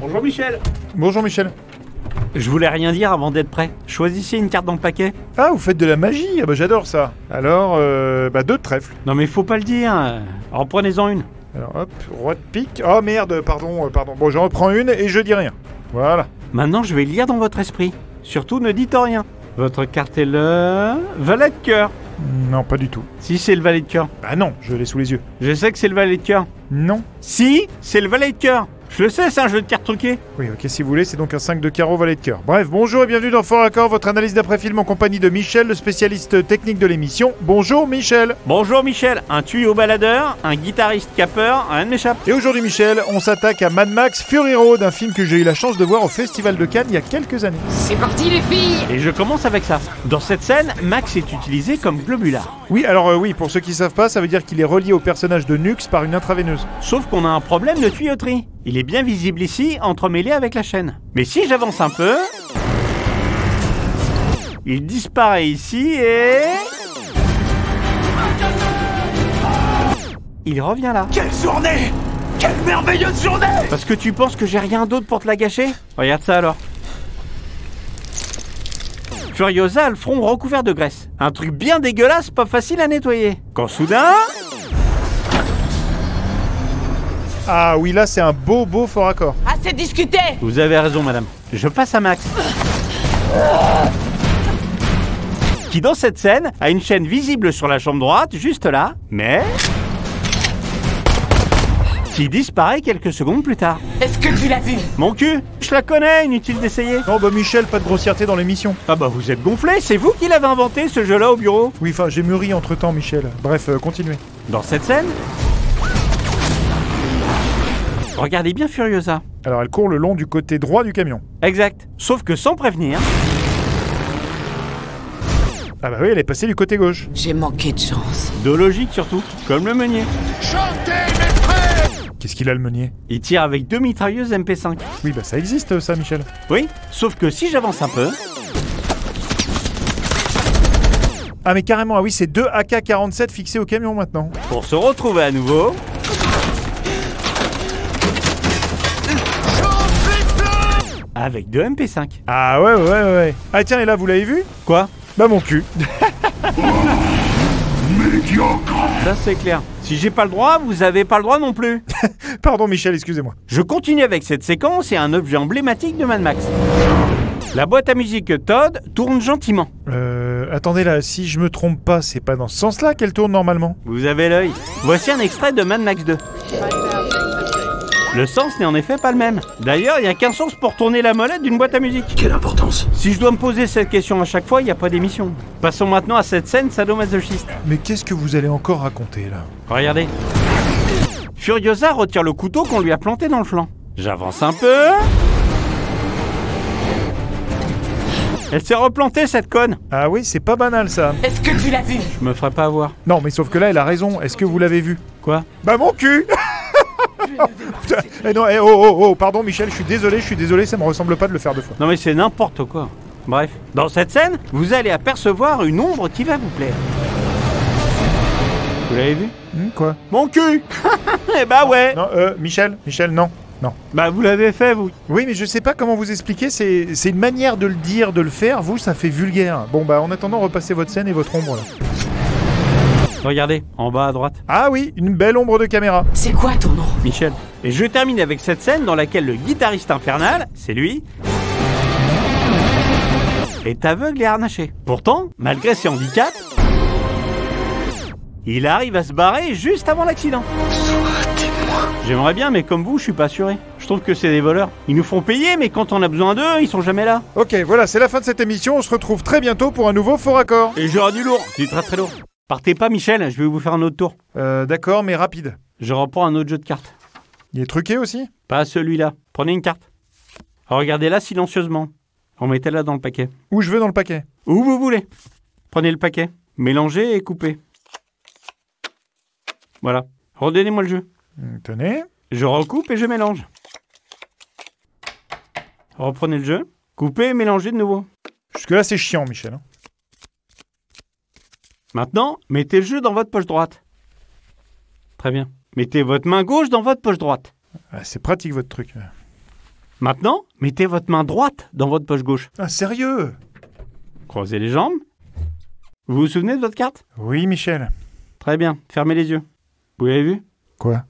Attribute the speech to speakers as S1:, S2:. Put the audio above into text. S1: Bonjour Michel.
S2: Bonjour Michel.
S3: Je voulais rien dire avant d'être prêt. Choisissez une carte dans le paquet.
S2: Ah, vous faites de la magie Ah bah j'adore ça. Alors, euh, bah deux de trèfle.
S3: Non mais faut pas le dire. Alors prenez-en une.
S2: Alors hop, roi de pique. Oh merde, pardon, euh, pardon. Bon, j'en reprends une et je dis rien. Voilà.
S3: Maintenant, je vais lire dans votre esprit. Surtout, ne dites rien. Votre carte est le valet de cœur.
S2: Non, pas du tout.
S3: Si c'est le valet de cœur.
S2: Bah non, je l'ai sous les yeux.
S3: Je sais que c'est le valet de cœur.
S2: Non.
S3: Si, c'est le valet de cœur. Je le sais, c'est un jeu de cartes truquées.
S2: Oui, ok, si vous voulez, c'est donc un 5 de carreau valet de cœur. Bref, bonjour et bienvenue dans Fort Accord, votre analyse d'après-film en compagnie de Michel, le spécialiste technique de l'émission. Bonjour Michel
S3: Bonjour Michel, un tuyau baladeur, un guitariste capeur, un m'échappe.
S2: Et aujourd'hui Michel, on s'attaque à Mad Max Fury Road, un film que j'ai eu la chance de voir au Festival de Cannes il y a quelques années.
S4: C'est parti les filles
S3: Et je commence avec ça. Dans cette scène, Max est utilisé comme globular.
S2: Oui, alors euh, oui, pour ceux qui savent pas, ça veut dire qu'il est relié au personnage de Nux par une intraveineuse.
S3: Sauf qu'on a un problème de tuyauterie. Il est bien visible ici, entremêlé avec la chaîne. Mais si j'avance un peu... Il disparaît ici et... Il revient là.
S1: Quelle journée Quelle merveilleuse journée
S3: Parce que tu penses que j'ai rien d'autre pour te la gâcher Regarde ça alors. Furiosa a le front recouvert de graisse. Un truc bien dégueulasse, pas facile à nettoyer. Quand soudain...
S2: Ah oui, là c'est un beau beau fort accord.
S4: Assez discuté
S3: Vous avez raison, madame. Je passe à Max. Qui, dans cette scène, a une chaîne visible sur la jambe droite, juste là, mais. qui disparaît quelques secondes plus tard.
S4: Est-ce que tu l'as vu
S3: Mon cul Je la connais, inutile d'essayer.
S2: Non, bah Michel, pas de grossièreté dans l'émission.
S3: Ah bah vous êtes gonflé, c'est vous qui l'avez inventé ce jeu-là au bureau.
S2: Oui, enfin, j'ai mûri entre temps, Michel. Bref, euh, continuez.
S3: Dans cette scène. Regardez bien Furiosa.
S2: Alors, elle court le long du côté droit du camion.
S3: Exact. Sauf que sans prévenir,
S2: Ah bah oui, elle est passée du côté gauche.
S4: J'ai manqué de chance.
S3: de logique surtout, comme le meunier.
S2: Qu'est-ce qu'il a le meunier
S3: Il tire avec deux mitrailleuses MP5.
S2: Oui, bah ça existe ça, Michel.
S3: Oui, sauf que si j'avance un peu,
S2: Ah mais carrément, ah oui, c'est deux AK-47 fixés au camion maintenant.
S3: pour se retrouver à nouveau. Avec deux MP5.
S2: Ah ouais, ouais, ouais. Ah tiens, et là, vous l'avez vu
S3: Quoi
S2: Bah mon cul.
S3: Ça c'est clair. Si j'ai pas le droit, vous avez pas le droit non plus.
S2: Pardon Michel, excusez-moi.
S3: Je continue avec cette séquence et un objet emblématique de Mad Max. La boîte à musique Todd tourne gentiment.
S2: Euh, attendez là, si je me trompe pas, c'est pas dans ce sens-là qu'elle tourne normalement.
S3: Vous avez l'œil. Voici un extrait de Mad Max 2. Le sens n'est en effet pas le même. D'ailleurs, il n'y a qu'un sens pour tourner la molette d'une boîte à musique.
S1: Quelle importance
S3: Si je dois me poser cette question à chaque fois, il n'y a pas d'émission. Passons maintenant à cette scène sadomasochiste.
S2: Mais qu'est-ce que vous allez encore raconter là
S3: Regardez. Furiosa retire le couteau qu'on lui a planté dans le flanc. J'avance un peu. Elle s'est replantée cette conne.
S2: Ah oui, c'est pas banal ça.
S4: Est-ce que tu l'as vu
S3: Je me ferai pas avoir.
S2: Non, mais sauf que là, elle a raison. Est-ce que vous l'avez vu
S3: Quoi
S2: Bah mon cul Putain, eh non, eh, oh, oh, oh, pardon Michel, je suis désolé, je suis désolé, ça me ressemble pas de le faire deux fois.
S3: Non mais c'est n'importe quoi. Bref, dans cette scène, vous allez apercevoir une ombre qui va vous plaire. Vous l'avez vu
S2: Hmm, quoi
S3: Mon cul Eh bah ouais
S2: Non, euh, Michel, Michel, non, non.
S3: Bah vous l'avez fait vous
S2: Oui, mais je sais pas comment vous expliquer, c'est c'est une manière de le dire, de le faire, vous, ça fait vulgaire. Bon bah, en attendant, repassez votre scène et votre ombre là.
S3: Regardez, en bas à droite.
S2: Ah oui, une belle ombre de caméra.
S4: C'est quoi ton nom
S3: Michel. Et je termine avec cette scène dans laquelle le guitariste infernal, c'est lui, est aveugle et harnaché. Pourtant, malgré ses handicaps, il arrive à se barrer juste avant l'accident. J'aimerais bien, mais comme vous, je suis pas assuré. Je trouve que c'est des voleurs. Ils nous font payer, mais quand on a besoin d'eux, ils sont jamais là.
S2: Ok, voilà, c'est la fin de cette émission, on se retrouve très bientôt pour un nouveau faux raccord.
S3: Et j'aurai du lourd, du très très lourd. Partez pas, Michel, je vais vous faire un autre tour.
S2: Euh, d'accord, mais rapide.
S3: Je reprends un autre jeu de cartes.
S2: Il est truqué aussi
S3: Pas celui-là. Prenez une carte. Oh, Regardez-la silencieusement. Remettez-la dans le paquet.
S2: Où je veux dans le paquet
S3: Où vous voulez. Prenez le paquet, mélangez et coupez. Voilà. Redonnez-moi le jeu.
S2: Hmm, Tenez.
S3: Je recoupe et je mélange. Reprenez le jeu, coupez et mélangez de nouveau.
S2: Jusque-là, c'est chiant, Michel. hein.
S3: Maintenant, mettez le jeu dans votre poche droite. Très bien. Mettez votre main gauche dans votre poche droite.
S2: Ah, c'est pratique votre truc.
S3: Maintenant, mettez votre main droite dans votre poche gauche.
S2: Ah, sérieux
S3: Croisez les jambes. Vous vous souvenez de votre carte
S2: Oui, Michel.
S3: Très bien, fermez les yeux. Vous l'avez vu
S2: Quoi